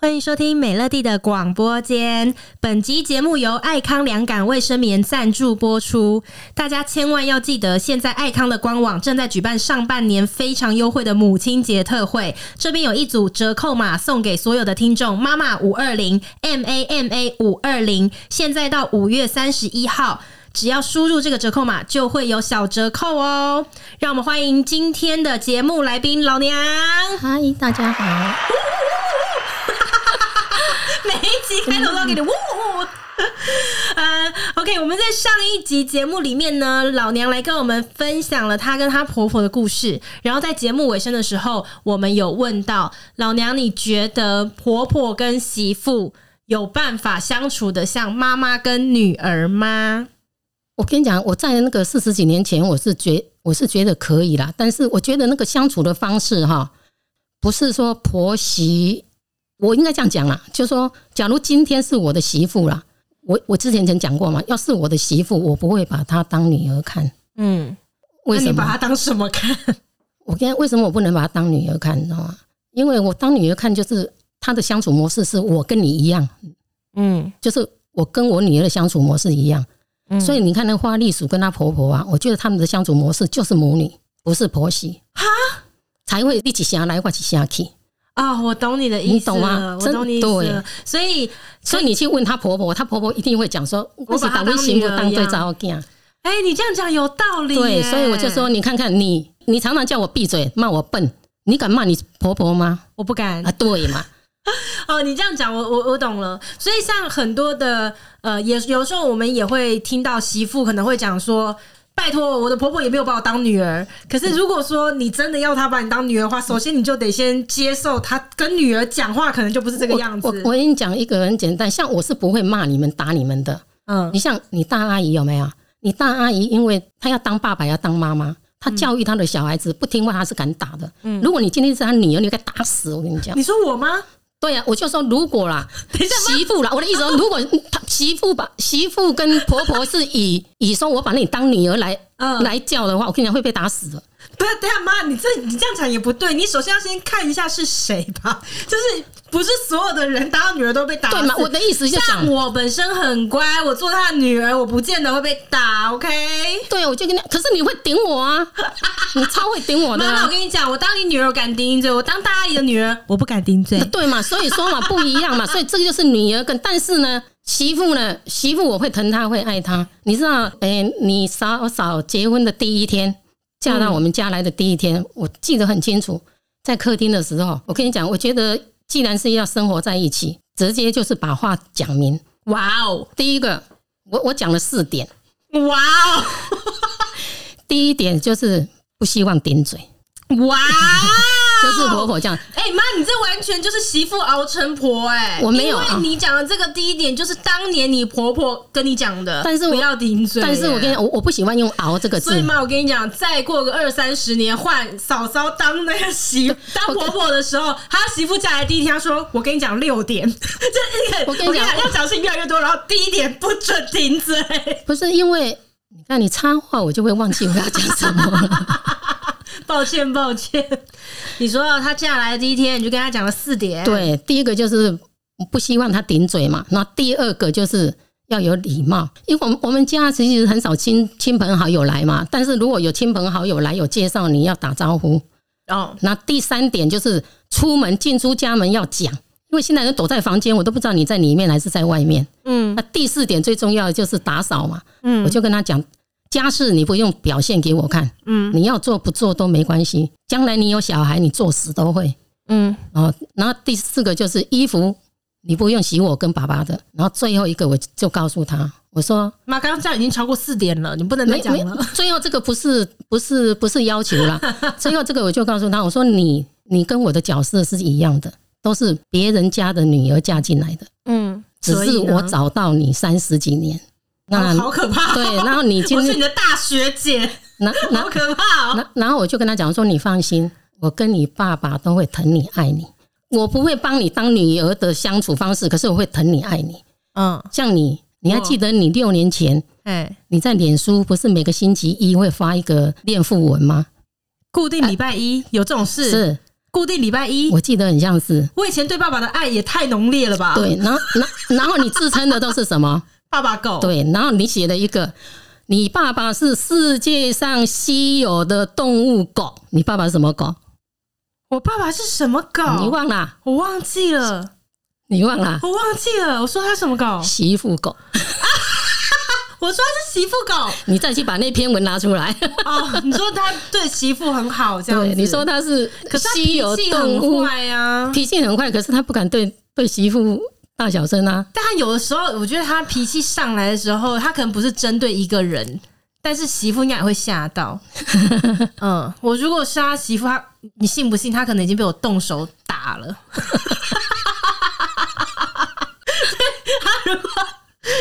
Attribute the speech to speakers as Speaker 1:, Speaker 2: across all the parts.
Speaker 1: 欢迎收听美乐蒂的广播间。本集节目由爱康凉感卫生棉赞助播出。大家千万要记得，现在爱康的官网正在举办上半年非常优惠的母亲节特惠，这边有一组折扣码送给所有的听众，妈妈五二零 M A M A 五二零，现在到五月三十一号。只要输入这个折扣码，就会有小折扣哦。让我们欢迎今天的节目来宾老娘，
Speaker 2: 嗨，大家好，
Speaker 1: 每一集开头都要给你呜呜。 呜呃，OK，我们在上一集节目里面呢，老娘来跟我们分享了她跟她婆婆的故事。然后在节目尾声的时候，我们有问到老娘，你觉得婆婆跟媳妇有办法相处的像妈妈跟女儿吗？
Speaker 2: 我跟你讲，我在那个四十几年前，我是觉我是觉得可以啦，但是我觉得那个相处的方式哈，不是说婆媳，我应该这样讲啦，就说假如今天是我的媳妇啦，我我之前曾讲过嘛，要是我的媳妇，我不会把她当女儿看，
Speaker 1: 嗯，
Speaker 2: 为
Speaker 1: 那
Speaker 2: 什
Speaker 1: 你把
Speaker 2: 么？
Speaker 1: 她当什么看？
Speaker 2: 我跟你讲为什么我不能把她当女儿看，你知道吗？因为我当女儿看，就是她的相处模式是我跟你一样，
Speaker 1: 嗯，
Speaker 2: 就是我跟我女儿的相处模式一样。
Speaker 1: 嗯
Speaker 2: 所以你看那花栗鼠跟她婆婆啊，我觉得他们的相处模式就是母女，不是婆媳
Speaker 1: 哈，
Speaker 2: 才会一起下来，一起下去。
Speaker 1: 啊、我懂你的意思
Speaker 2: 你懂吗
Speaker 1: 了我
Speaker 2: 真
Speaker 1: 懂你意思
Speaker 2: 对
Speaker 1: 了。所以，
Speaker 2: 所以你去问她婆婆，她婆婆一定会讲说：“
Speaker 1: 我把她
Speaker 2: 为媳妇
Speaker 1: 当
Speaker 2: 当
Speaker 1: 女儿
Speaker 2: 对
Speaker 1: 一样
Speaker 2: 照囝。
Speaker 1: 哎、你啊这样讲有道”理。
Speaker 2: 对，所以我就说，，你看看你，你常常叫我闭嘴，骂我笨，你敢骂你婆婆吗？
Speaker 1: 我不敢
Speaker 2: 啊，对嘛，
Speaker 1: 哦，你这样讲，我我我懂了。所以像很多的呃，也有时候我们也会听到媳妇可能会讲说。拜托，我的婆婆也没有把我当女儿。可是如果说你真的要她把你当女儿的话，首先你就得先接受她跟女儿讲话，可能就不是 这个样
Speaker 2: 我
Speaker 1: 子
Speaker 2: 我。我跟你讲一个很简单，像我是不会骂你们、打你们的。
Speaker 1: 嗯
Speaker 2: 你像你大阿姨有没有？你大阿姨因为她要当爸爸，要当妈妈，她教育她的小孩子不听话，她是敢打的。
Speaker 1: 嗯
Speaker 2: 如果你今天是她女儿，你该打死我跟 你讲。
Speaker 1: 你说我吗？
Speaker 2: 对呀、啊，我就说如果啦，
Speaker 1: 等一下
Speaker 2: 媳妇啦，我的意思说，如果她媳妇把媳妇跟婆婆是以以说我把你当女儿来、
Speaker 1: 嗯
Speaker 2: 来叫的话，我跟你讲会被打死的。
Speaker 1: 不要，等一下妈，你这你这样讲也不对。你首先要先看一下是谁吧，就是不是所有的人打到女儿都被打死。
Speaker 2: 对嘛？我的意思就
Speaker 1: 像
Speaker 2: 讲，
Speaker 1: 我本身很乖，我做她的女儿，我不见得会被打。OK，
Speaker 2: 对，啊我就跟你，可是你会顶我啊，你超会顶我的、
Speaker 1: 妈妈，我
Speaker 2: 啊。
Speaker 1: 跟你讲，我当你女儿我敢顶嘴，我当大阿姨的女儿我不敢顶嘴。
Speaker 2: 对嘛，所以说嘛不一 样嘛，所以这个就是女儿跟，但是呢，媳妇呢，媳妇我会疼她，会爱她。你知道，哎、你嫂嫂结婚的第一天，嫁到我们家来的第一天，我记得很清楚，在客厅的时候，我跟你讲，我觉得既然是要生活在一起，直接就是把话讲明。
Speaker 1: 哇哦，
Speaker 2: 第一个，我我讲了四点，
Speaker 1: 哇哦，
Speaker 2: 第一点就是不希望顶嘴，
Speaker 1: 啊哇！哦
Speaker 2: 就是婆婆这样。
Speaker 1: 哎、妈，你这完全就是媳妇熬成婆哎、
Speaker 2: 我没有啊
Speaker 1: 因为你讲的这个第一点就是当年你婆婆跟你讲的，
Speaker 2: 但是我
Speaker 1: 不要顶嘴、
Speaker 2: 但是我跟你
Speaker 1: 你。
Speaker 2: 讲，我我不喜欢用“熬”这个
Speaker 1: 所以
Speaker 2: 字。
Speaker 1: 嘛，我跟你讲，再过个二三十年，换嫂嫂当那个 媳当婆婆的时候，她媳妇嫁来第一天，她说：“我跟你讲六点， 这一个
Speaker 2: 我跟你讲
Speaker 1: 要讲事情越来越多，然后第一点不准顶嘴。”
Speaker 2: 不是因为你看你插话，我就会忘记我要讲什么了。
Speaker 1: 抱歉，抱歉。你说到她嫁来的第一天，你就跟她讲了四点。，
Speaker 2: 对，第一个就是不希望他顶嘴嘛，那第二个就是要有礼貌，因为我们我们家其实很少亲亲朋好友来嘛，但是如果有亲朋好友来有介绍，你要打招呼。
Speaker 1: 哦，
Speaker 2: 那第三点就是出门进出家门要讲。因为现在人躲在房间，我都不知道你在里面还是在外面。
Speaker 1: 嗯
Speaker 2: 那第四点最重要的就是打扫嘛，
Speaker 1: 嗯
Speaker 2: 我就跟他讲，家事你不用表现给我看，
Speaker 1: 嗯
Speaker 2: 你要做不做都没关系。将来你有小孩，你做死都会
Speaker 1: 嗯，
Speaker 2: 哦。然后第四个就是衣服，你不用洗我跟爸爸的。然后最后一个我就告诉他，我说
Speaker 1: 妈，刚刚这样已经超过四点了，你不能再讲
Speaker 2: 没
Speaker 1: 了。，
Speaker 2: 最后这个不是不是不是要求 啦，最后这个我就告诉他，我说你你跟我的角色是一样的，都是别人家的女儿嫁进来的，
Speaker 1: 嗯，
Speaker 2: 只
Speaker 1: 所
Speaker 2: 是
Speaker 1: 以呢
Speaker 2: 我找到你三十几年，那
Speaker 1: 哦好可怕哦。
Speaker 2: 对，然后你今
Speaker 1: 我是
Speaker 2: 天
Speaker 1: 你的大学姐，
Speaker 2: 那那
Speaker 1: 好可怕 哦。
Speaker 2: 然然后我就跟他讲说：“你放心，我跟你爸爸都会疼你爱你，我不会帮你当女儿的相处方式，可是我会疼你爱你。
Speaker 1: 嗯，
Speaker 2: 像你，你还记得你六年前
Speaker 1: 哎，
Speaker 2: 你在脸书不是每个星期一会发一个恋父文吗？
Speaker 1: 固定礼拜一有这种事，
Speaker 2: 是
Speaker 1: 固定礼拜一。
Speaker 2: 我记得很像是
Speaker 1: 我以前对爸爸的爱也太浓烈了吧？，
Speaker 2: 对，然后然然后你自称的都是什么？
Speaker 1: 爸爸狗，，
Speaker 2: 对，然后你写了一个，你爸爸是世界上稀有的动物狗，你爸爸是什么狗？
Speaker 1: 哦我爸爸是什么狗？
Speaker 2: 你忘了？
Speaker 1: 我忘记了，
Speaker 2: 你忘了？
Speaker 1: 我忘记了。我说他什么狗？
Speaker 2: 媳妇狗，
Speaker 1: 我说他是媳妇狗。
Speaker 2: 你再去把那篇文拿出来。
Speaker 1: 哦，你说他对媳妇很好，这样
Speaker 2: 对，
Speaker 1: 子。
Speaker 2: 你说他是
Speaker 1: 可是他
Speaker 2: 稀有
Speaker 1: 脾气
Speaker 2: 动物
Speaker 1: 很，坏啊。
Speaker 2: 脾性很坏，可是他不敢对对媳妇大小声啊。
Speaker 1: 但他有的时候，我觉得他脾气上来的时候，他可能不是针对一个人，但是媳妇应该也会吓 到。嗯，我如果是他媳妇，他你信不信？他可能已经被我动手打了。对他如果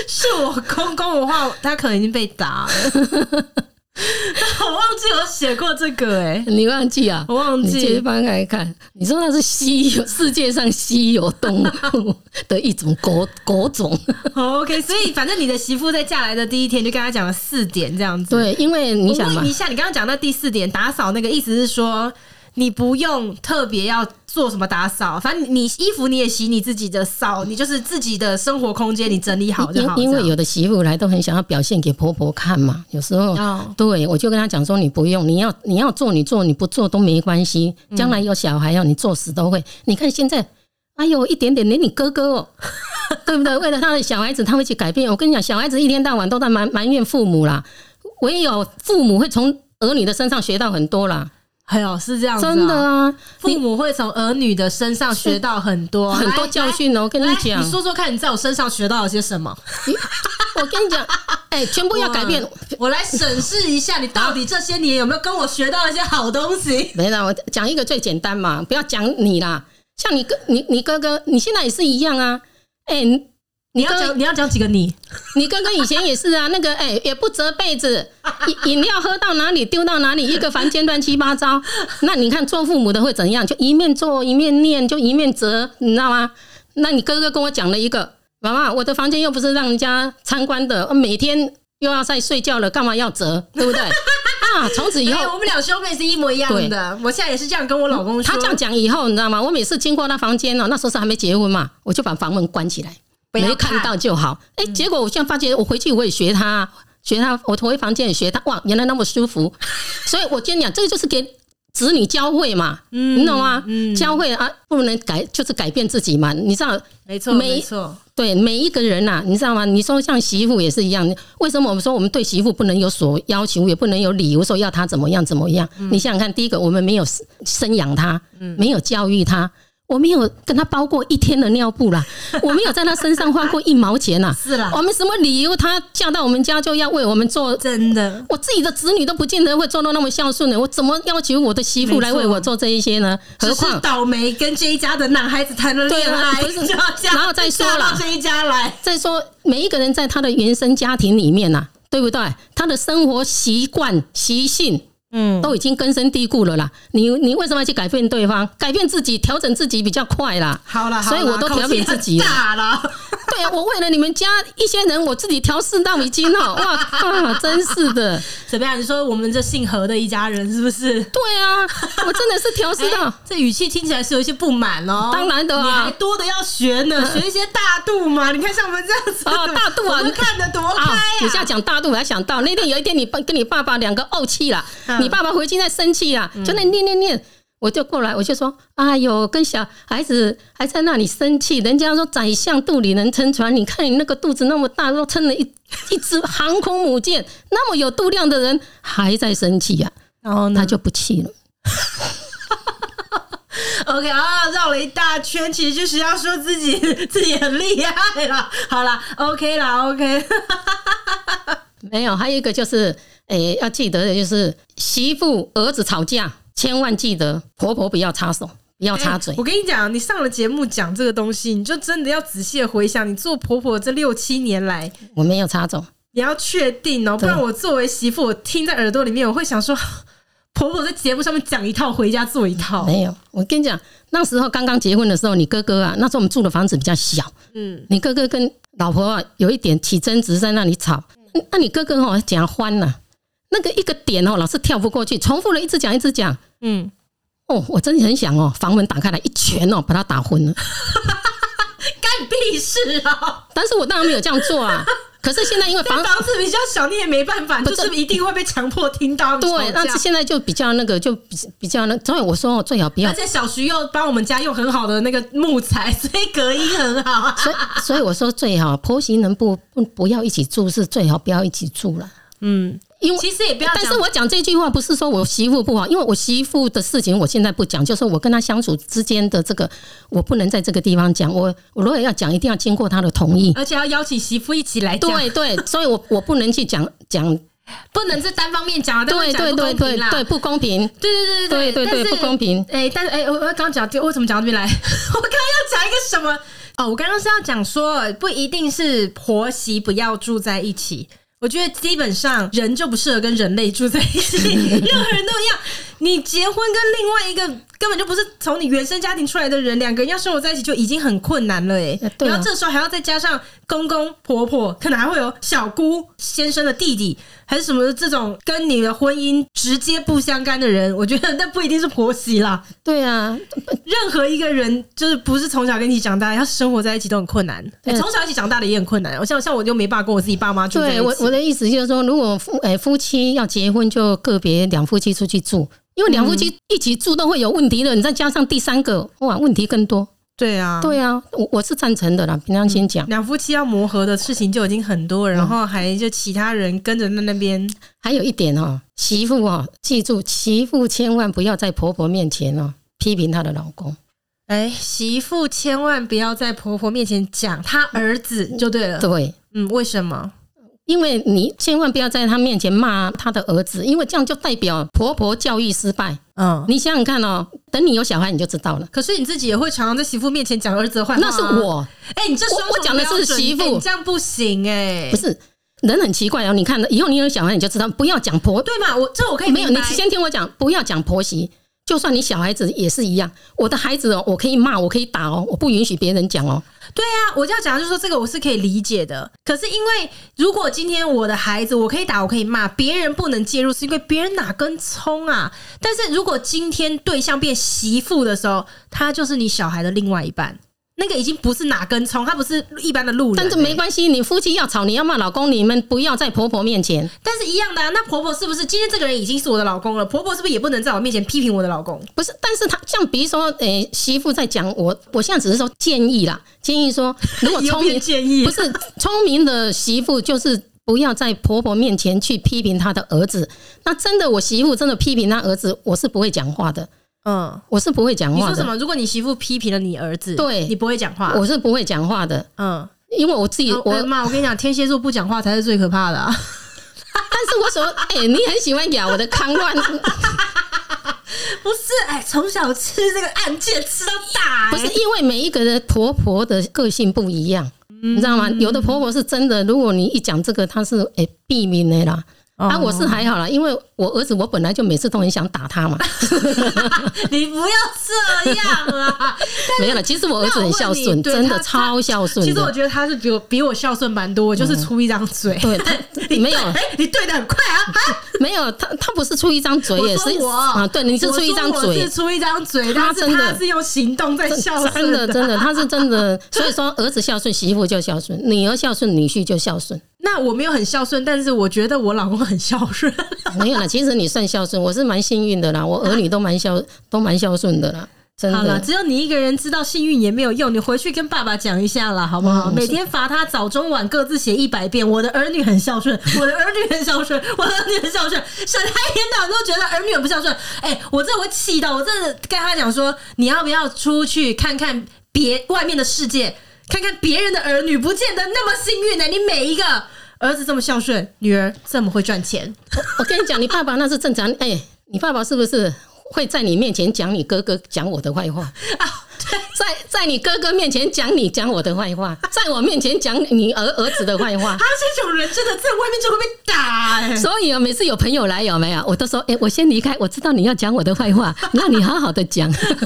Speaker 1: 是我公公的话，他可能已经被打了。 但我忘记我写过这个哎、
Speaker 2: 你忘记啊？
Speaker 1: 我忘
Speaker 2: 你接
Speaker 1: 记。
Speaker 2: 翻来看，你说它是稀有世界上稀有动物的一种狗狗种。
Speaker 1: OK，所以反正你的媳妇在嫁来的第一天就跟他讲了四点这样子。
Speaker 2: 对，因为你想
Speaker 1: 我
Speaker 2: 嘛
Speaker 1: 问一，下，你刚刚讲到第四点打扫那个，意思是说你不用特别要做什么打扫，反正你衣服你也洗你自己的，扫你就是自己的生活空间，你整理好就好。
Speaker 2: 因因为
Speaker 1: 这样
Speaker 2: 有的媳妇来都很想要表现给婆婆看嘛，有时候。
Speaker 1: 哦，
Speaker 2: 对，我就跟她讲说，你不用，你要你要做，你做，你不做都没关系。
Speaker 1: 嗯
Speaker 2: 将来有小孩要你做死都会。你看现在，哎呦，一点点连你哥哥哦， 对不对？为了他的小孩子，他会去改变。我跟你讲，小孩子一天到晚都在埋埋怨父母啦，唯有父母会从儿女的身上学到很多啦。
Speaker 1: 哎呦，是这样子、
Speaker 2: 真的。啊，
Speaker 1: 父母会从儿女的身上学到很多
Speaker 2: 很多
Speaker 1: 来
Speaker 2: 教训哦。我跟
Speaker 1: 来
Speaker 2: 你
Speaker 1: 来
Speaker 2: 讲，
Speaker 1: 你说说看，你在我身上学到了些什么？
Speaker 2: 我跟你讲，哎，全部要改变。
Speaker 1: 我来审视一下，你到底这些年有没有跟我学到了一些好东西？
Speaker 2: 没啦，我讲一个最简单嘛，不要讲你啦。像你哥，你你哥哥，你现在也是一样啊。哎、你
Speaker 1: 你要讲，你要讲几个你？
Speaker 2: 你哥哥以前也是啊，那个哎、也不折被子，饮饮料喝到哪里丢到哪里，一个房间乱七八糟。那你看做父母的会怎样？就一面做一面念，就一面折，你知道吗？那你哥哥跟我讲了一个，妈妈，我的房间又不是让人家参观的，每天又要在睡觉了，干嘛要折，对不对？ 啊，从此以
Speaker 1: 因
Speaker 2: 后
Speaker 1: 为我们俩兄妹是一模一样的，我现在也是这样跟我老公说。
Speaker 2: 他这样讲以后，你知道吗？我每次经过他房间哦，那时候是还没结婚嘛，我就把房门关起来，
Speaker 1: 不要嗯
Speaker 2: 没看到就好。哎、结果我现在发觉，我回去我也学他，学他，我回房间也学他，哇，原来那么舒 服。所以我跟你讲，这个就是给子女教会嘛，
Speaker 1: 嗯
Speaker 2: 你懂吗？教会啊，不能改，就是改变自己嘛。你知道，
Speaker 1: 没错，
Speaker 2: 没
Speaker 1: 没错，
Speaker 2: 对每一个人呐、你知道吗？你说像媳妇也是一样，为什么我们说我们对媳妇不能有所要求，也不能有理由说要她怎么样怎么样？
Speaker 1: 嗯
Speaker 2: 你想想看，第一个我们没有生生养她，没有教育她，我没有跟她包过一天的尿布啦，我没有在她身上花过一毛 钱呐、
Speaker 1: 是啦，
Speaker 2: 我们什么理由她嫁到我们家就要为我们做？
Speaker 1: 真的，
Speaker 2: 我自己的子女都不见得会做到那么孝顺的，我怎么要求我的媳妇来为我做这一些呢？何
Speaker 1: 只是
Speaker 2: 况
Speaker 1: 倒霉跟这一家的男孩子谈了
Speaker 2: 对
Speaker 1: 恋
Speaker 2: 啊
Speaker 1: 爱，
Speaker 2: 不是
Speaker 1: 就要嫁
Speaker 2: 然后再说
Speaker 1: 嫁到
Speaker 2: 啦
Speaker 1: 这一家来，
Speaker 2: 再说，每一个人在他的原生家庭里面呐、啊对不对？他的生活习惯、习性
Speaker 1: 嗯，
Speaker 2: 都已经根深蒂固了啦。你你为什么要去改变对方？改变自己，调整自己比较快啦。
Speaker 1: 好了，
Speaker 2: 所以我都调
Speaker 1: 给
Speaker 2: 整自己了
Speaker 1: 大了，
Speaker 2: 对啊，我为了你们家一些人，我自己调试到已经哦，哇啊，真是的。
Speaker 1: 怎么样？你说我们这姓何的一家人是不是？哎
Speaker 2: 对啊，我真的是调试到。
Speaker 1: 这语气听起来是有一些不满哦，
Speaker 2: 当然的啊
Speaker 1: 你还多的要学呢，学一些大度嘛。你看像我们这样子，
Speaker 2: 哦大度 啊
Speaker 1: 我们看得多开
Speaker 2: 啊！你现在
Speaker 1: 呀，
Speaker 2: 讲大度，我还想到那天有一天你爸跟你爸爸两个怄气啦，
Speaker 1: 嗯
Speaker 2: 你爸爸回去在生气啦，就那念念念，我就过来我就说，哎呦，跟小孩子还在那里生气，人家说宰相肚里能撑船，你看你那个肚子那么大，都撑了一 一只航空母舰，那么有肚量的人还在生气呀、
Speaker 1: 然后
Speaker 2: 他就不气了。
Speaker 1: OK 啊，绕了一大圈，其实就是要说自己自己很厉害了。好啦 o k 啦，OK，
Speaker 2: 没有，还有一个就是，诶、要记得的就是媳妇儿子吵架，千万记得婆婆不要插手，不要插嘴。
Speaker 1: 我跟你讲，你上了节目讲这个东西，你就真的要仔细的回想，你做婆婆这六七年来，
Speaker 2: 我没有插手。
Speaker 1: 你要确定哦，不
Speaker 2: 对
Speaker 1: 然我作为媳妇，我听在耳朵里面，我会想说，婆婆在节目上面讲一套，回家做一套。
Speaker 2: 没有，我跟你讲，那时候刚刚结婚的时候，你哥哥啊，那时候我们住的房子比较小，
Speaker 1: 嗯，
Speaker 2: 你哥哥跟老婆啊有一点起争执，在那里吵。那你哥哥哦讲欢了、那个一个点哦，老是跳不过去，重复了一直讲一直讲。
Speaker 1: 嗯，
Speaker 2: 哦，我真的很想哦，房门打开来一拳哦，把他打昏了。
Speaker 1: 干屁事啊！
Speaker 2: 但是我当然没有这样 做啊。可是现在因为房
Speaker 1: 房子比较小，你也没办法，就是一定会被强迫听到你
Speaker 2: 对，
Speaker 1: 吵架
Speaker 2: 那现在就比较那个，就比比较那，所以我说哦，最好不 要
Speaker 1: 而。且小徐又帮我们家用很好的那个木材， 所以隔音很好啊。
Speaker 2: 所以，所以我说最好婆媳能不不不要一起住，是最好不要一起住了。
Speaker 1: 嗯，
Speaker 2: 因为
Speaker 1: 其实也不要讲，
Speaker 2: 但是我讲这句话不是说我媳妇不好，因为我媳妇的事情我现在不讲，就是我跟她相处之间的这个，我不能在这个地方讲。我我如果要讲，一定要经过她的 同意。
Speaker 1: 而且要邀请媳妇一起来讲，
Speaker 2: 对 对，所以我我不能去讲讲，
Speaker 1: 不能是单方面讲啊，单方
Speaker 2: 对
Speaker 1: 面讲
Speaker 2: 对
Speaker 1: 不
Speaker 2: 对
Speaker 1: 公平
Speaker 2: 对
Speaker 1: 啦
Speaker 2: 对，不公平，
Speaker 1: 对对
Speaker 2: 对对对
Speaker 1: 但是
Speaker 2: 不公平。
Speaker 1: 哎、但是哎、我我刚刚讲到，我怎么讲到这边来？ 我刚刚要讲一个什么？哦，我刚刚是要讲说，不一定是婆媳不要住在一起。我觉得基本上人就不适合跟人类住在一起，任何人都一样。你结婚跟另外一个根本就不是从你原生家庭出来的人，两个人要生活在一起就已经很困难了、哎、
Speaker 2: 呃对啊
Speaker 1: 然后这时候还要再加上公公婆婆，可能还会有小姑先生的弟弟，还是什么这种跟你的婚姻直接不相干的人，我觉得那不一定是婆媳 啦。
Speaker 2: 对啊，
Speaker 1: 任何一个人就是不是从小跟你一起长大，要生活在一起都很困难。
Speaker 2: 对
Speaker 1: 欸从、小一起长大的也很困难。我像像我就没办法跟我自己爸妈住在一起。
Speaker 2: 对我我的意思就是说，如果夫哎夫妻要结婚，就个别两夫妻出去住，因为两夫
Speaker 1: 嗯
Speaker 2: 妻一起住都会有问题的，你再加上第三个，哇，问题更多。
Speaker 1: 对啊，
Speaker 2: 对啊，我我是赞成的啦，平常心讲。
Speaker 1: 两夫妻要磨合的事情就已经很多，然后还就其他人跟着在那边。
Speaker 2: 还有一点哦，媳妇哦，记住，媳妇千万不要在婆婆面前哦批评她的老公。
Speaker 1: 哎、媳妇千万不要在婆婆面前讲她儿子就对了。
Speaker 2: 对，
Speaker 1: 嗯，为什么？
Speaker 2: 因为你千万不要在她面前骂她的儿子，因为这样就代表婆婆教育失败。
Speaker 1: 嗯，
Speaker 2: 你想想看哦，等你有小孩你就知道了。
Speaker 1: 可是你自己也会常常在媳妇面前讲儿子的坏话、啊
Speaker 2: 那是。我，
Speaker 1: 哎、你这
Speaker 2: 我
Speaker 1: 双
Speaker 2: 我
Speaker 1: 重
Speaker 2: 讲的是
Speaker 1: 标准
Speaker 2: 媳妇
Speaker 1: 哎你这样不行哎、
Speaker 2: 不是人很奇怪哦。你看，以后你有小孩你就知道，不要讲婆。
Speaker 1: 对嘛？我这我可以
Speaker 2: 没有，
Speaker 1: 明
Speaker 2: 你
Speaker 1: 白
Speaker 2: 先听我讲，不要讲婆媳。就算你小孩子也是一样，我的孩子哦，我可以骂，我可以打哦，我不允许别人讲哦。
Speaker 1: 对啊，我就要讲，就是说这个我是可以理解的。可是因为如果今天我的孩子，我可以打，我可以骂，别人不能介入，是因为别人哪根葱啊？但是如果今天对象变媳妇的时候，他就是你小孩的另外一半，那个已经不是哪根葱，他不是一般的路人、
Speaker 2: 但是没关系，你夫妻要吵，你要骂老公，你们不要在婆婆面前，
Speaker 1: 但是一样的啊。那婆婆是不是今天这个人已经是我的老公了？婆婆是不是也不能在我面前批评我的老公？
Speaker 2: 不是。但是他像比如说，诶、媳妇在讲我，我现在只是说建议啦，建 议说，如果
Speaker 1: 有
Speaker 2: 聪
Speaker 1: 点
Speaker 2: 明
Speaker 1: 建议
Speaker 2: 不是聪明的媳妇，就是不要在婆婆面前去批评她的儿子。那真的，我媳妇真的批评她儿子，我是不会讲话的，
Speaker 1: 嗯，
Speaker 2: 我是不会讲
Speaker 1: 你
Speaker 2: 话
Speaker 1: 说什
Speaker 2: 的，
Speaker 1: 么？如果你媳妇批评了你儿子，
Speaker 2: 对
Speaker 1: 你不会讲话。
Speaker 2: 我是不会讲话的，
Speaker 1: 嗯，
Speaker 2: 因为我自己我
Speaker 1: 我妈，我跟你讲，天蝎座不讲话才是最可怕的、 啊。
Speaker 2: 但是我所哎、你很喜欢咬我的康乱，
Speaker 1: 不是，哎、从小吃这个按键吃到大、
Speaker 2: 不是因为每一个人婆婆的个性不一样，
Speaker 1: 嗯
Speaker 2: 你知道吗？有的婆婆是真的，如果你一讲这个，她是哎避免的啦。
Speaker 1: 哦嗯
Speaker 2: 啊，我是还好啦，因为我儿子我本来就每次都很想打他 嘛，
Speaker 1: 你不要这样啊 啦。
Speaker 2: 没有了。其实我儿子很孝顺，
Speaker 1: 对
Speaker 2: 真的
Speaker 1: 他
Speaker 2: 超孝顺
Speaker 1: 其实我
Speaker 2: 的。
Speaker 1: 觉得他是比我比我孝顺蛮多，我就是出一张嘴。
Speaker 2: 对，他
Speaker 1: 你
Speaker 2: 没有
Speaker 1: 对哎、你对的很快啊！啊
Speaker 2: 没有他他不是出一张嘴，也
Speaker 1: 我
Speaker 2: 是
Speaker 1: 说我
Speaker 2: 啊，对，你是
Speaker 1: 我
Speaker 2: 出一
Speaker 1: 说
Speaker 2: 张
Speaker 1: 我
Speaker 2: 嘴
Speaker 1: 是，出一张嘴，
Speaker 2: 他
Speaker 1: 但是
Speaker 2: 真的
Speaker 1: 他是用行动在孝
Speaker 2: 真
Speaker 1: 顺
Speaker 2: 的真的，他是真的。所以说，儿子孝顺，媳妇就孝顺；女儿孝顺，女婿就孝顺。
Speaker 1: 那我没有很孝顺，但是我觉得我老公很孝顺。
Speaker 2: 没有啦，其实你算孝顺，我是蛮幸运的啦，我儿女都蛮孝，都蛮孝顺的啦，真
Speaker 1: 好了，
Speaker 2: 的。
Speaker 1: 只有你一个人知道幸运也没有用，你回去跟爸爸讲一下啦，好不好？
Speaker 2: 嗯
Speaker 1: 每天罚他早中晚各自写一百遍。我的儿女很孝顺，我的儿女很孝顺，我的儿女很孝顺。沈太一天到晚都觉得儿女很不孝顺，哎、我这会气到，我真的跟他讲说，你要不要出去看看别外面的世界，看看别人的儿女，不见得那么幸运呢、你每一个儿子这么孝顺，女儿这么会赚钱，
Speaker 2: 我跟你讲，你爸爸那是正常，哎、你爸爸是不是会在你面前讲你哥哥讲我的坏话？ 在在你哥哥面前讲你讲我的坏 话，在我面前讲你儿儿子的坏话
Speaker 1: 他。啊这种人真的在外面就会被打、哎
Speaker 2: 所以啊，每次有朋友来有没有，我都说，哎、我先离开，我知道你要讲我的坏话，那你好好的讲。
Speaker 1: 反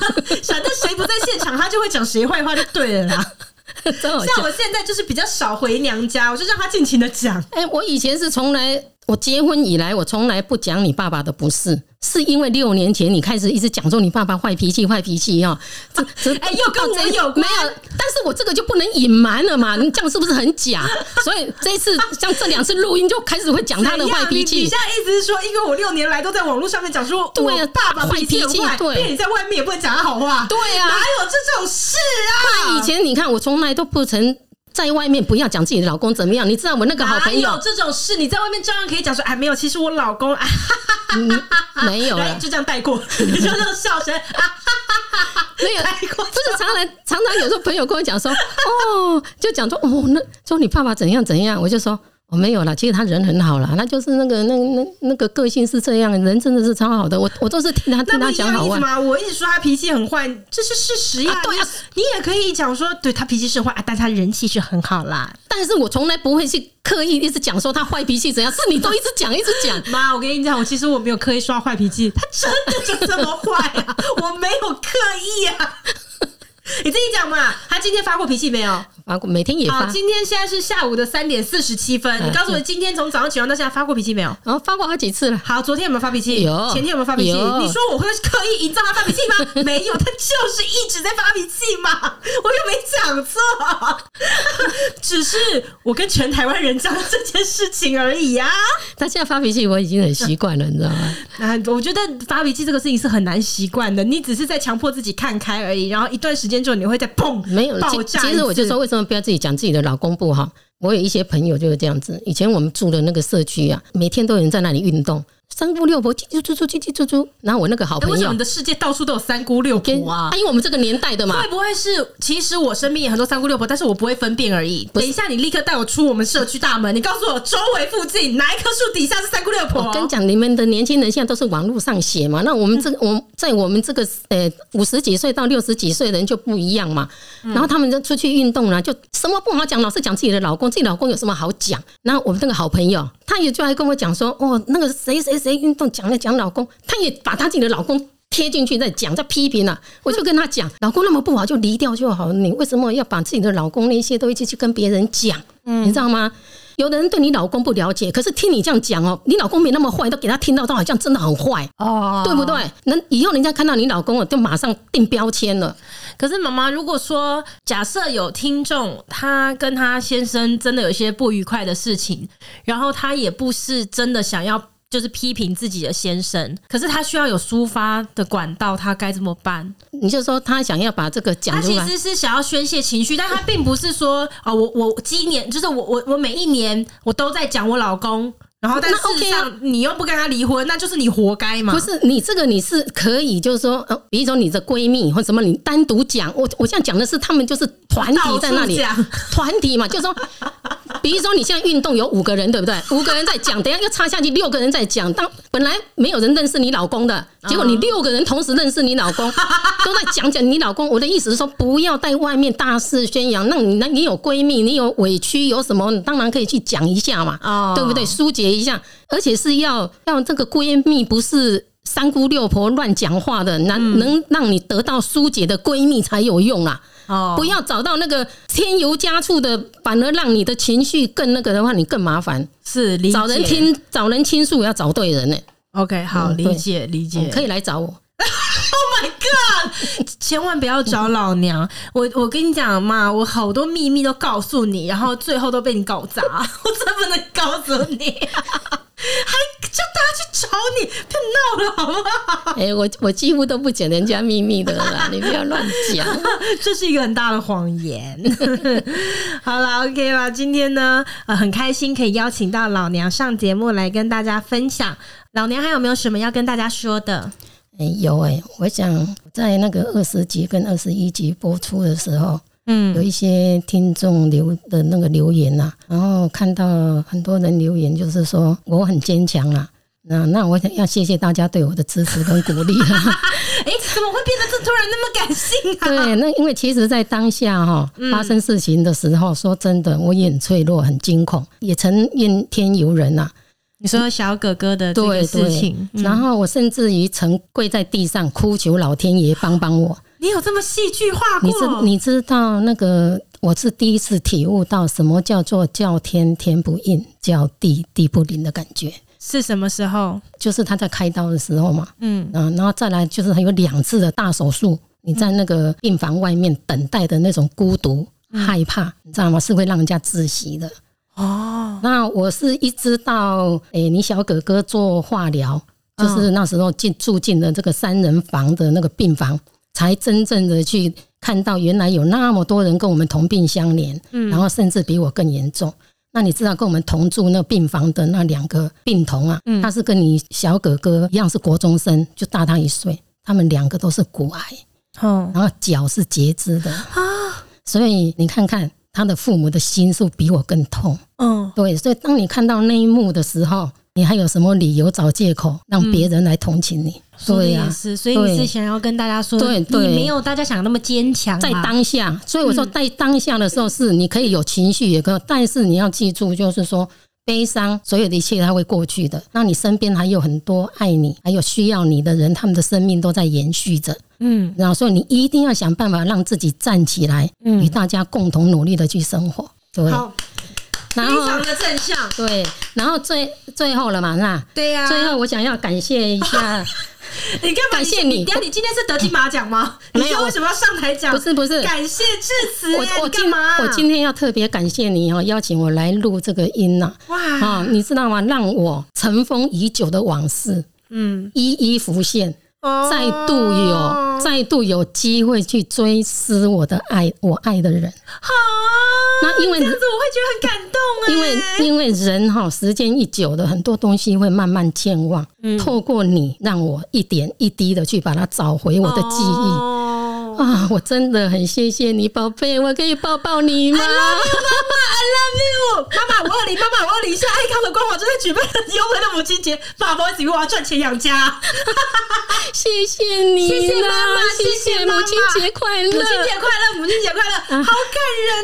Speaker 1: 正谁不在现场，他就会讲谁坏话就对了啦。
Speaker 2: 真好笑。
Speaker 1: 像我现在就是比较少回娘家，我就让他尽情的讲。
Speaker 2: 哎、我以前是从来，我结婚以来，我从来不讲你爸爸的不是，是因为六年前你开始一直讲说你爸爸坏脾气，坏脾气哈、这这
Speaker 1: 哎又跟我有关
Speaker 2: 没有？但是我这个就不能隐瞒了嘛，你这样是不是很假？ 所以这一次像这两次录音就开始会讲他的
Speaker 1: 怎样
Speaker 2: 坏脾
Speaker 1: 你你
Speaker 2: 气
Speaker 1: 现。在意思是说，因为我六年来都在网络上面讲说，
Speaker 2: 对啊
Speaker 1: 我爸爸
Speaker 2: 坏脾气
Speaker 1: 变坏
Speaker 2: 对
Speaker 1: 变你在外面也不能讲他好话，
Speaker 2: 对啊
Speaker 1: 哪有这种事啊？
Speaker 2: 以前你看，我从来都不曾在外面不要讲自己的老公怎么样，你知道我那个好
Speaker 1: 哪
Speaker 2: 朋友
Speaker 1: 有这种事？你在外面照样可以讲说，哎，没有，其实我老公啊，
Speaker 2: 嗯没有
Speaker 1: 来
Speaker 2: 了。
Speaker 1: 就这样带过，你就这样笑声 啊，
Speaker 2: 没有，
Speaker 1: 带过
Speaker 2: 不是常常常常有时候朋友跟我讲说，哦，就讲说哦，那说你爸爸怎样怎样，我就说我、哦、没有啦，其实他人很好啦，他就是那个那那那个个性是这样，人真的是超好的，我我都是听他
Speaker 1: 那
Speaker 2: 听
Speaker 1: 不
Speaker 2: 他
Speaker 1: 一
Speaker 2: 讲好
Speaker 1: 样意思
Speaker 2: 话。
Speaker 1: 吗？我一直说他脾气很坏，这是事实呀。
Speaker 2: 啊对啊
Speaker 1: 你你也可以讲说，对他脾气是坏，啊但他人气是很好啦。
Speaker 2: 但是我从来不会去刻意一直讲说他坏脾气怎样，是你都一直讲一直讲。
Speaker 1: 妈，我跟你讲，我其实我没有刻意刷坏脾气， 他真的就这么坏 啊！我没有刻意啊。 你自己讲嘛，他今天发过脾气没有？
Speaker 2: 啊，每天也
Speaker 1: 好，
Speaker 2: 发，
Speaker 1: 今天现在是下午的三点四十七分。
Speaker 2: 嗯
Speaker 1: 你告诉我，今天从早上起床到现在发过脾气没有？
Speaker 2: 然后发过好几次了。
Speaker 1: 好，昨天有没有发脾气？
Speaker 2: 有
Speaker 1: 前天有没有发脾气？
Speaker 2: 有
Speaker 1: 你说我会刻意营造他发脾气吗？ 没有，他就是一直在发脾气嘛。 我又没讲错， 只是我跟全台湾人讲这件事情而已 呀、啊。
Speaker 2: 他现在发脾气，我已经很习惯了，你知道吗？
Speaker 1: 啊，我觉得发脾气这个事情是很难习惯的，你只是在强迫自己看开而已，然后一段时间之后你会再砰
Speaker 2: 没有，
Speaker 1: 爆
Speaker 2: 其
Speaker 1: 炸一次。
Speaker 2: 其实我就说，为什么不要自己讲自己的老公不好？我有一些朋友就是这样子。以前我们住的那个社区啊，每天都有人在那里运动，三姑六婆叽叽啾啾叽叽啾啾。然后我那个好
Speaker 1: 哎，为
Speaker 2: 朋
Speaker 1: 什么
Speaker 2: 友
Speaker 1: 你的世界到处都有三姑六
Speaker 2: 跟
Speaker 1: 婆啊？
Speaker 2: 因为我们这个年代的嘛
Speaker 1: 会，不会是？其实我身边也很多三姑六婆，但是我不会分辨而已。等一下，你立刻带我出我们社区大门，你告诉我周围附近哪一棵树底下是三姑六婆？
Speaker 2: 我跟你讲，你们的年轻人现在都是网络上写嘛，那我们这个，我在我们这个呃五十几岁到六十几岁的人就不一样嘛。然后他们就出去运动了，就什么不好讲，老是讲自己的老公，自己老公有什么好讲？然后我们那个好朋友，他也就来跟我讲说，哦，那个谁谁谁运动讲了讲老公，他也把他自己的老公。贴进去在讲，在批评啊！我就跟他讲，老公那么不好就离掉就好，你为什么要把自己的老公那些都一起去跟别人讲？你知道吗？有的人对你老公不了解，可是听你这样讲哦，你老公没那么坏，都给他听到，他好像真的很坏，
Speaker 1: 哦
Speaker 2: 对不？对？那以后人家看到你老公了，就马上定标签了。
Speaker 3: 可是妈妈，如果说假设有听众，她跟她先生真的有一些不愉快的事情，然后她也不是真的想要就是批评自己的先生，可是她需要有抒发的管道，她该怎么办？
Speaker 2: 你就说他想要把这个
Speaker 3: 她
Speaker 2: 讲出
Speaker 3: 其
Speaker 2: 来，
Speaker 3: 实是想要宣泄情绪，但她并不是说啊、我我今年就是我我我每一年我都在讲我老公。然后，但
Speaker 2: 那
Speaker 3: 事
Speaker 2: OK
Speaker 3: 实
Speaker 2: 啊
Speaker 3: 上你又不跟他离婚，那就是你活该嘛。
Speaker 2: 不是你这个你是可以，就是说，呃，比如说你的闺蜜或什么，你单独讲。我我现在讲的是他们就是团体在那里
Speaker 1: 到处讲，
Speaker 2: 团体嘛，就是说，比如说你现在运动有五个人，对不对？五个人在讲，等一下又插下去六个人在讲。当本来没有人认识你老公的，结果你六个人同时认识你老公，都在讲讲你老公。我的意思是说，不要在外面大肆宣扬。那你那你有闺蜜，你有委屈，有什么，你当然可以去讲一下嘛。
Speaker 3: 哦
Speaker 1: 啊
Speaker 2: 对不对？疏解一下，而且是要让这个闺蜜不是三姑六婆乱讲话的，能、能让你得到疏解的闺蜜才有用啊！
Speaker 3: 哦
Speaker 2: 不要找到那个添油加醋的，反而让你的情绪更那个的话，你更麻烦。
Speaker 3: 是理解
Speaker 2: 找人听，找人倾诉要找对人呢、
Speaker 3: ，OK，好，
Speaker 2: 嗯对
Speaker 3: 理解理解
Speaker 2: 你。可以来找我。
Speaker 3: 千万不要找老娘！我我跟你讲嘛，我好多秘密都告诉你，然后最后都被你搞砸， 我怎么能告诉你、啊还叫大家去找你，别闹了好不好？
Speaker 2: 哎、我我几乎都不讲人家秘密的 啦，你不要乱讲。
Speaker 3: 这是一个很大的谎言。 好了，OK 了，今天呢，呃，很开心可以邀请到老娘上节目来跟大家分享。老娘还有没有什么要跟大家 说的？
Speaker 2: 哎、有哎、我想在那个二十集跟二十一集播出的时候，
Speaker 3: 嗯
Speaker 2: 有一些听众留的那个留言呐、然后看到很多人留言，就是说我很坚强啦。那那我想要谢谢大家对我的支持跟鼓励啊啦。
Speaker 3: 哎、怎么会变得这突然那么感性 啊？
Speaker 2: 对，那因为其实，在当下哈、发生事情的时候，说真的，我也很脆弱，很惊恐，也曾怨天尤人啊呐、
Speaker 3: 你说小哥哥的这
Speaker 2: 对
Speaker 3: 个事
Speaker 2: 对
Speaker 3: 情，，嗯
Speaker 2: 然后我甚至于曾跪在地上哭求老天爷帮帮我。
Speaker 3: 你有这么戏剧化过？
Speaker 2: 你知你知道那个我是第一次体悟到什么叫做叫天天不应，叫地地不灵的感觉。
Speaker 4: 是什么时候？
Speaker 2: 就是他在开刀的时候嘛，
Speaker 4: 嗯，
Speaker 2: 啊，然后再来就是他有两次的大手术，你在那个病房外面等待的那种孤独、害怕，你知道吗？是会让人家窒息的。
Speaker 4: 哦，
Speaker 2: 那我是一直到诶、你小哥哥做化疗，
Speaker 4: 嗯
Speaker 2: 就是那时候进住进了这个三人房的那个病房，才真正的去看到原来有那么多人跟我们同病相怜，然后甚至比我更严重。那你知道跟我们同住那病房的那两个病童啊，他是跟你小哥哥一样是国中生，就大他一岁，他们两个都是骨癌，
Speaker 4: 哦，
Speaker 2: 然后脚是截肢的啊，所以你看看他的父母的心是不是比我更痛。
Speaker 4: 嗯，
Speaker 2: 对，所以当你看到那一幕的时候，你还有什么理由找借口让别人来同情你？
Speaker 4: 说的
Speaker 2: 对啊
Speaker 4: 也
Speaker 2: 呀、
Speaker 4: 是，嗯所以你是想要跟大家说，
Speaker 2: 对
Speaker 4: 你
Speaker 2: 对
Speaker 4: 没有大家想的那么坚强啊，嗯
Speaker 2: 在当下，所以我说在当下的时候是你可以有情绪，也可以，但是你要记住，就是说悲伤，所有的一切它会过去的。那你身边还有很多爱你，还有需要你的人，他们的生命都在延续着。
Speaker 4: 嗯
Speaker 2: 然后，所以你一定要想办法让自己站起来，与
Speaker 4: 嗯，
Speaker 2: 大家共同努力的去生活。对，
Speaker 4: 好，
Speaker 2: 然
Speaker 1: 非
Speaker 2: 后
Speaker 1: 常的正向。
Speaker 2: 对，然后最最后了嘛，是吧？
Speaker 4: 对
Speaker 1: 啊
Speaker 4: 呀，
Speaker 2: 最后，我想要感谢一 下，
Speaker 1: 你干嘛？
Speaker 2: 感谢
Speaker 1: 你
Speaker 2: 你
Speaker 1: 等下你今天是得金马奖吗？你
Speaker 2: 没有
Speaker 1: 说为什么要上台讲
Speaker 2: 不？是不是，
Speaker 1: 感谢致辞耶，
Speaker 2: 我我
Speaker 1: 你干
Speaker 2: 今
Speaker 1: 嘛？
Speaker 2: 我今天要特别感谢你哦，邀请我来录这个音呐、啊，
Speaker 1: 哇，
Speaker 2: 你知道吗？让我尘封已久的往事
Speaker 4: 嗯，
Speaker 2: 一一浮现，
Speaker 4: 哦
Speaker 2: 再度
Speaker 1: 哦
Speaker 2: 有再度有机会去追思我的爱，我爱的人。
Speaker 1: 好啊，
Speaker 2: 那因为
Speaker 1: 这样子我会觉得很感动哎，
Speaker 2: 因为因为人哈、时间一久的，很多东西会慢慢健忘。
Speaker 1: 嗯
Speaker 2: 透过你，让我一点一滴的去把它找回我的记忆。
Speaker 1: 哦
Speaker 2: 啊，我真的很谢谢你，宝贝，我可以抱抱你吗？
Speaker 1: I love you，妈妈哎五二零，妈妈五二零，现在爱康的官网正在举办优惠的母亲节，爸爸子我要赚钱养家，
Speaker 2: 谢谢你啦，
Speaker 1: 谢谢妈妈
Speaker 2: 谢
Speaker 1: 谢谢
Speaker 2: 谢
Speaker 1: 妈妈
Speaker 2: 母亲节快乐，
Speaker 1: 母亲节快乐，母亲节快乐，好感人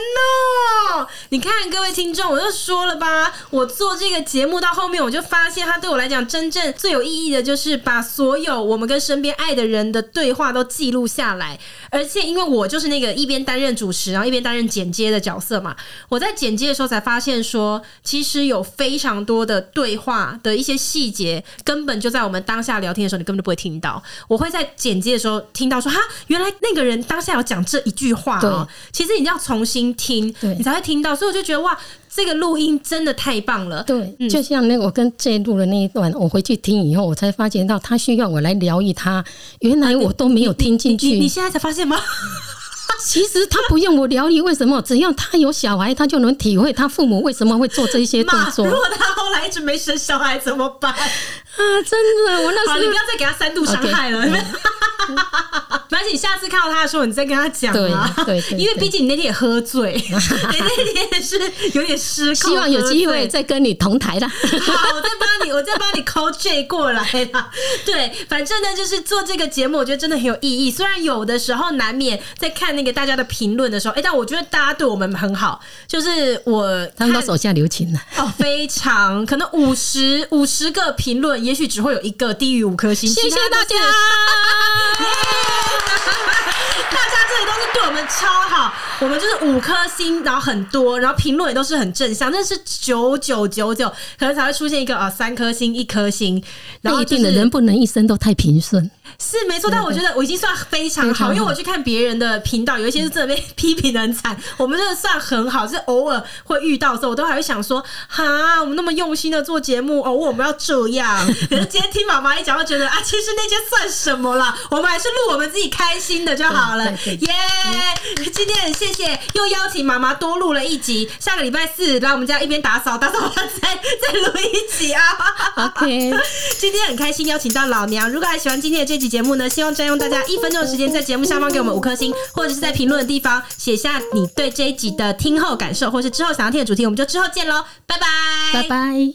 Speaker 1: 哦！你看各位听众，我就说了吧，我做这个节目到后面，我就发现它对我来讲真正最有意义的，就是把所有我们跟身边爱的人的对话都记录下来，而且因为我就是那个一边担任主持，然后一边担任剪接的角色嘛，我在剪接的时候才发现说，其实有非常多的对话的一些细节，根本就在我们当下聊天的时候，你根本就不会听到。我会在剪接的时候听到说，哈，原来那个人当下有讲这一句话哦。其实你要重新听，
Speaker 2: 对
Speaker 1: 你才会听到。所以我就觉得哇，这个录音真的太棒了。
Speaker 2: 对，就像那个我跟 J 录的那一段，我回去听以后，我才发觉到他需要我来疗愈他，原来我都没有听进
Speaker 1: 你你
Speaker 2: 去。
Speaker 1: 现在才发现吗？
Speaker 2: 其实他不用我疗愈，为什么？只要他有小孩，他就能体会他父母为什么会做这些动
Speaker 1: 妈，
Speaker 2: 作
Speaker 1: 如果他后来一直没生小孩怎么办？
Speaker 2: 啊！真的，我
Speaker 1: 好，
Speaker 2: 那
Speaker 1: 你
Speaker 2: 时
Speaker 1: 不
Speaker 2: 候
Speaker 1: 要再给他三度伤害了。 没关系，你下次看到他的时候，你再跟他讲啊。
Speaker 2: 对对对
Speaker 1: 因为毕竟你那天也喝 醉，你那天也是有点失控。
Speaker 2: 希望有机会
Speaker 1: 喝醉
Speaker 2: 再跟你同台啦。
Speaker 1: 好，我再帮你，我再帮你 call J 过来啦。对，反正呢，就是做这个节目，我觉得真的很有意义。虽然有的时候难免在看那个大家的评论的时候，哎、但我觉得大家对我们很好。就是我
Speaker 2: 他们都手下留情了，
Speaker 1: 哦， 非常可能五十五十个评论，也许只会有一个低于五颗星。
Speaker 2: 谢
Speaker 1: 其
Speaker 2: 谢
Speaker 1: 他都
Speaker 2: 大
Speaker 1: 是
Speaker 2: 家。
Speaker 1: 大家真的都是对我们超好，我们就是五颗星，然后很多，然后评论也都是很正向，但是九九九九可能才会出现一个啊、三颗星、一颗星，然
Speaker 2: 那
Speaker 1: 后
Speaker 2: 一
Speaker 1: 就
Speaker 2: 定的
Speaker 1: 是
Speaker 2: 人不能一生都太平顺。
Speaker 1: 是没错，但我觉得我已经算非常
Speaker 2: 非常
Speaker 1: 好，
Speaker 2: 好嗯
Speaker 1: 因为我去看别人的频道，有一些是真的被批评的很惨，我们真的算很好，就是偶尔会遇到的时候，我都还会想说，哈，我们那么用心的做节目，偶尔我们要这 样。可是今天听妈妈一讲，我觉得啊，其实那些算什么啦，我们还是录我们自己开心的就好了，
Speaker 2: 对对
Speaker 1: 耶！今天很谢谢，又邀请妈妈多录了一集，下个礼拜四来我们家一边打扫，打扫完再再录一集啊。
Speaker 2: OK，
Speaker 1: 今天很开心邀请到老娘。如果还喜欢今天的这期节目呢，希望占用大家一分钟的时间，在节目下方给我们五颗星，或者是在评论的地方写下 你对这一集的听后感受，或是之后想要听的主题，我们就之后见喽，拜拜，
Speaker 2: 拜拜。